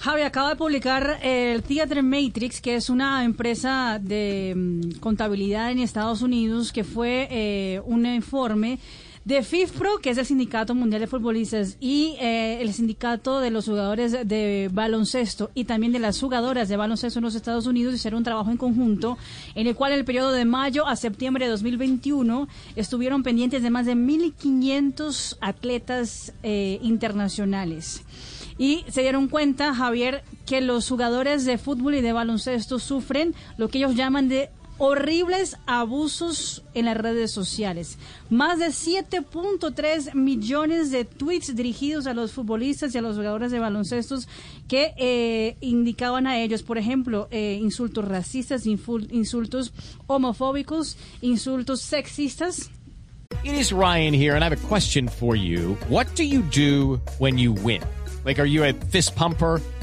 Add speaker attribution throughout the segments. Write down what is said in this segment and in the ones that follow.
Speaker 1: Javi acaba de publicar el Theater Matrix, que es una empresa de mm, contabilidad en Estados Unidos, que fue eh, un informe de FIFPRO, que es el Sindicato Mundial de Futbolistas, y eh, el Sindicato de los Jugadores de Baloncesto y también de las jugadoras de baloncesto en los Estados Unidos hicieron un trabajo en conjunto, en el cual en el periodo de mayo a septiembre de 2021 estuvieron pendientes de más de 1.500 atletas eh, internacionales. Y se dieron cuenta, Javier, que los jugadores de fútbol y de baloncesto sufren lo que ellos llaman de horribles abusos en las redes sociales. Más de 7.3 millones de tweets dirigidos a los futbolistas y a los jugadores de baloncestos que eh, indicaban a ellos, por ejemplo, eh, insultos racistas, infu- insultos homofóbicos, insultos sexistas.
Speaker 2: It is Ryan here, and I have a question for you. What do you do when you win? Like, are you a fist pumper?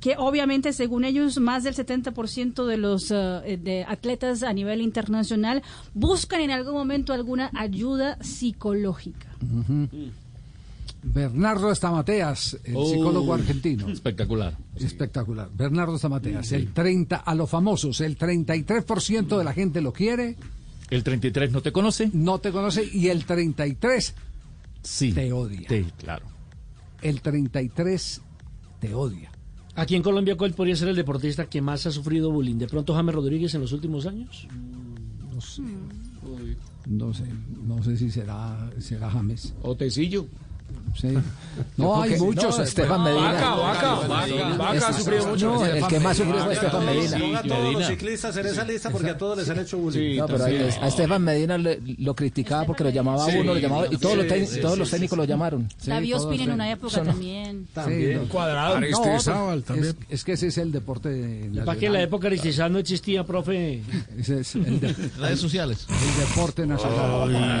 Speaker 1: que obviamente según ellos más del 70% de los eh, de atletas a nivel internacional buscan en algún momento alguna ayuda psicológica.
Speaker 3: Bernardo Stamateas, el
Speaker 4: Oh.
Speaker 3: psicólogo argentino.
Speaker 4: Espectacular.
Speaker 3: Espectacular. Bernardo Stamateas, el 30 a los famosos, el 33% de la gente lo quiere,
Speaker 4: ¿El 33 no te conoce?
Speaker 3: no te conoce y el 33,
Speaker 4: Sí.
Speaker 3: Te odia.
Speaker 4: Sí, claro.
Speaker 3: el 33 te odia.
Speaker 5: Aquí en Colombia, ¿cuál podría ser el deportista que más ha sufrido bullying? ¿De pronto James Rodríguez en los últimos años?
Speaker 3: Mm, No sé.
Speaker 6: Mm.
Speaker 3: No sé, no sé si será, será James.
Speaker 6: O Tecillo.
Speaker 3: Sí. No, hay muchos. Estefan
Speaker 6: Vaca, vaca, vaca. Vaca ha sufrido mucho.
Speaker 3: el que más sufrió fue Estefan Medina.
Speaker 5: Ponga a todos los ciclistas en esa lista porque a todos les han hecho bullying. No, pero a Estefan Medina lo criticaba porque lo llamaba uno, lo llamaba y todos, los, técnicos lo llamaron.
Speaker 1: David Ospina en una época también.
Speaker 3: Sí, no,
Speaker 6: Cuadrado.
Speaker 3: No, pero es, es que ese es el deporte
Speaker 5: ¿Para que en
Speaker 3: nacional.
Speaker 5: la época de Cizal no existía, profe?
Speaker 3: Ese es el, de-
Speaker 4: Redes sociales.
Speaker 3: el deporte nacional.